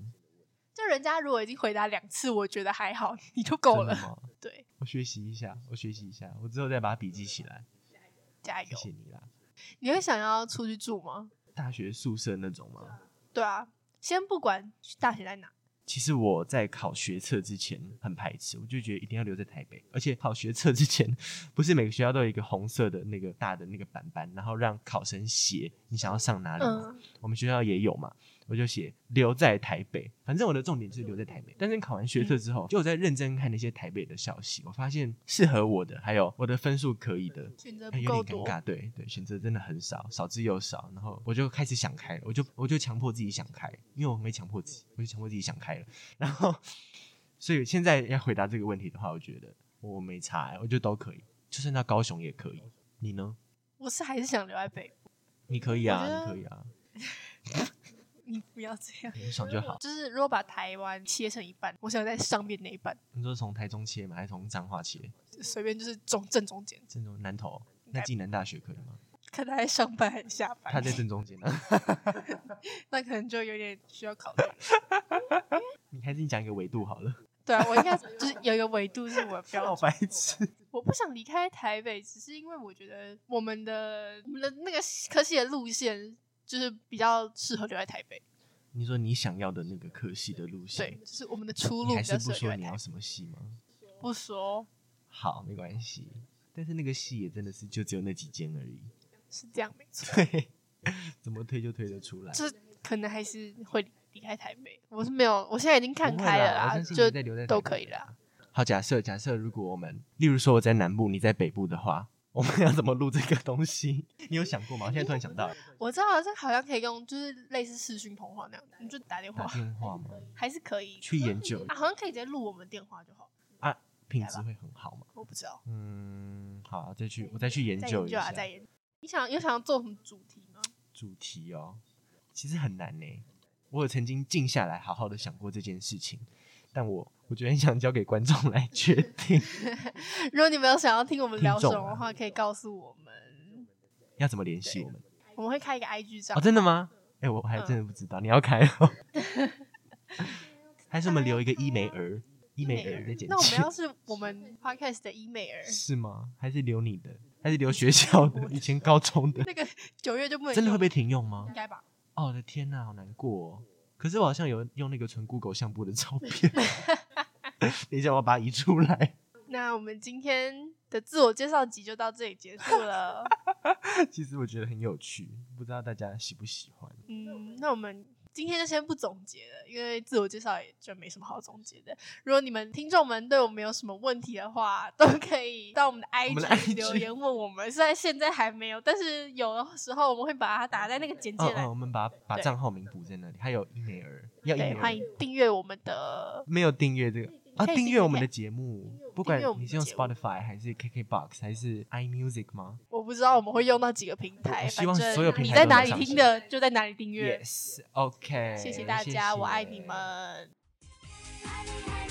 Speaker 1: 就人家如果已经回答两次，我觉得还好，你就
Speaker 3: 真
Speaker 1: 够
Speaker 3: 的
Speaker 1: 了。
Speaker 3: 吗？
Speaker 1: 对，
Speaker 3: 我学习一下，我学习一下，我之后再把笔记起来。
Speaker 1: 加
Speaker 3: 谢
Speaker 1: 油！
Speaker 3: 谢你啦。
Speaker 1: 你会想要出去住吗？
Speaker 3: 大学宿舍那种吗？
Speaker 1: 对啊，先不管大学在哪，
Speaker 3: 其实我在考学测之前很排斥，我就觉得一定要留在台北。而且考学测之前，不是每个学校都有一个红色的那个大的那个板板，然后让考生写你想要上哪里吗？
Speaker 1: 嗯，
Speaker 3: 我们学校也有嘛，我就写留在台北。反正我的重点是留在台北。但是考完学测之后，就我在认真看那些台北的消息，我发现适合我的，还有我的分数可以的，
Speaker 1: 选择不
Speaker 3: 哎有
Speaker 1: 够
Speaker 3: 点尴
Speaker 1: 多。
Speaker 3: 尬，对对，选择真的很少，少之又少。然后我就开始想开了，我就我就强迫自己想开，因为我没强迫自己，我就强迫自己想开了。然后，所以现在要回答这个问题的话，我觉得我没差欸、我觉得都可以，就算到高雄也可以。你呢？
Speaker 1: 我是还是想留在北部，
Speaker 3: 你可以
Speaker 1: 我觉
Speaker 3: 啊，
Speaker 1: 得
Speaker 3: 你可以啊，
Speaker 1: 你不要这样。
Speaker 3: 你爽就好。
Speaker 1: 就是如果把台湾切成一半，我想在上面那一半，
Speaker 3: 你说从台中切吗？还是从彰化切？
Speaker 1: 随便就是中正中间，
Speaker 3: 正中南投，那暨南大学可以吗？
Speaker 1: 看他在上班还是下班， (laughs)
Speaker 3: 它在正中间呢、 (laughs) 啊。
Speaker 1: 那可能就有点需要考虑。 (laughs)
Speaker 3: 你还是你讲一个纬度好了。
Speaker 1: 对啊，我应该就是有一个维度是我的标
Speaker 3: 好
Speaker 1: 准。
Speaker 3: 白痴。
Speaker 1: 我不想离开台北，只是因为我觉得我们的我们的那个科系的路线就是比较适合留在台北。
Speaker 3: 你说你想要的那个科系的路
Speaker 1: 对，
Speaker 3: 线，
Speaker 1: 就是我们的出
Speaker 3: 你
Speaker 1: 路
Speaker 3: 还
Speaker 1: 比较
Speaker 3: 是
Speaker 1: 适
Speaker 3: 不
Speaker 1: 合留
Speaker 3: 说
Speaker 1: 在
Speaker 3: 你哦
Speaker 1: 台
Speaker 3: 要
Speaker 1: 北。
Speaker 3: 什么系吗？
Speaker 1: 不说，
Speaker 3: 好，没关系。但是那个系也真的是就只有那几间而已，
Speaker 1: 是这样没错，
Speaker 3: 对， (laughs) 怎么推就推得出来。
Speaker 1: 就是可能还是会离离开台北。我是没有，我现在已经看
Speaker 3: 不会
Speaker 1: 开了
Speaker 3: 啦我
Speaker 1: 啦，
Speaker 3: 相信
Speaker 1: 就
Speaker 3: 你在留在
Speaker 1: 都
Speaker 3: 台北
Speaker 1: 可以啦。
Speaker 3: 好，假设假设如果我们，例如说我在南部，你在北部的话，我们要怎么录这个东西？你有想过吗？我现在突然想到了，
Speaker 1: 我知道这好像可以用，就是类似视讯通话那样，你就打电
Speaker 3: 打
Speaker 1: 话
Speaker 3: 电
Speaker 1: (laughs)
Speaker 3: 话吗？
Speaker 1: 还是可以
Speaker 3: 啊去研究
Speaker 1: 啊，好像可以直接录我们电话就好。
Speaker 3: 品质会很好吗？
Speaker 1: 我不知道，
Speaker 3: 嗯，好，再去我再去研
Speaker 1: 再
Speaker 3: 究
Speaker 1: 研
Speaker 3: 一
Speaker 1: 究啊，
Speaker 3: 下
Speaker 1: 再研。你想有想要做什么主题吗？ (laughs)
Speaker 3: 主题哦。其实很难呢、我有曾经静下来好好的想过这件事情，但我我觉得很想交给观众来决
Speaker 1: (laughs)
Speaker 3: 定
Speaker 1: 如果你们有想要听我们聊
Speaker 3: 听
Speaker 1: 什
Speaker 3: 众
Speaker 1: 么的
Speaker 3: 啊
Speaker 1: 话，可以告诉我们，
Speaker 3: 要怎么联系我们。
Speaker 1: 我们会开一个 IG 账
Speaker 3: 哦，
Speaker 1: 号。
Speaker 3: 真的吗？哎、我
Speaker 1: 嗯
Speaker 3: 还真的不知道，你要开
Speaker 1: (laughs)
Speaker 3: 哦。还是我们留一个伊梅
Speaker 1: (laughs)
Speaker 3: 儿，伊梅儿的简
Speaker 1: 那我们
Speaker 3: 介
Speaker 1: 要是我们 podcast 的 email，
Speaker 3: (laughs) 是吗？还是留你的？还是留学校
Speaker 1: (laughs)
Speaker 3: 的？以前高中的，
Speaker 1: 那个九月就不能
Speaker 3: 真的会
Speaker 1: 用
Speaker 3: 被停用吗
Speaker 1: 应？该吧？
Speaker 3: 哦，我的天呐，好难过、哦。可是我好像有用那个存 Google 相簿的照
Speaker 1: (laughs)
Speaker 3: 片， (laughs) 等一下我要把它移出来。
Speaker 1: 那我们今天的自我介绍集就到这里结束了。
Speaker 3: 其实我觉得很有趣，不知道大家喜不喜欢。
Speaker 1: 嗯，那我们今天就先不总结了，因为自我介绍也就没什么好总结的。如果你们听众们对我们有什么问题的话，都可以到我们的
Speaker 3: 我们的
Speaker 1: IG
Speaker 3: IG
Speaker 1: 留言问我们。虽然现在还没有，但是有的时候我们会把它打在那个简介
Speaker 3: 嗯
Speaker 1: 栏。
Speaker 3: 嗯，我们把把
Speaker 1: 对
Speaker 3: 账号名补在那里，还有伊梅儿，要伊
Speaker 1: 对，
Speaker 3: 梅
Speaker 1: 欢
Speaker 3: 儿。
Speaker 1: 迎订阅我们的。
Speaker 3: 没有订阅这个啊，
Speaker 1: 可以订
Speaker 3: 订
Speaker 1: 阅
Speaker 3: 阅我们
Speaker 1: 可以
Speaker 3: 的节目，不
Speaker 1: 订阅
Speaker 3: 管
Speaker 1: 我们
Speaker 3: 你
Speaker 1: 的
Speaker 3: 是用
Speaker 1: 节目
Speaker 3: Spotify 还是 KKBox 还是 iMusic 吗
Speaker 1: 我不知道我们会用到几个平台，
Speaker 3: 我
Speaker 1: 反
Speaker 3: 希望所有
Speaker 1: 正
Speaker 3: 平
Speaker 1: 你
Speaker 3: 台
Speaker 1: 在
Speaker 3: 都
Speaker 1: 哪
Speaker 3: 能
Speaker 1: 里
Speaker 3: 上哎
Speaker 1: 听
Speaker 3: 线
Speaker 1: 的就在哪里订阅。
Speaker 3: ？Yes，OK，
Speaker 1: 谢谢大家，我爱你
Speaker 3: 谢
Speaker 1: 们。
Speaker 2: 爱你爱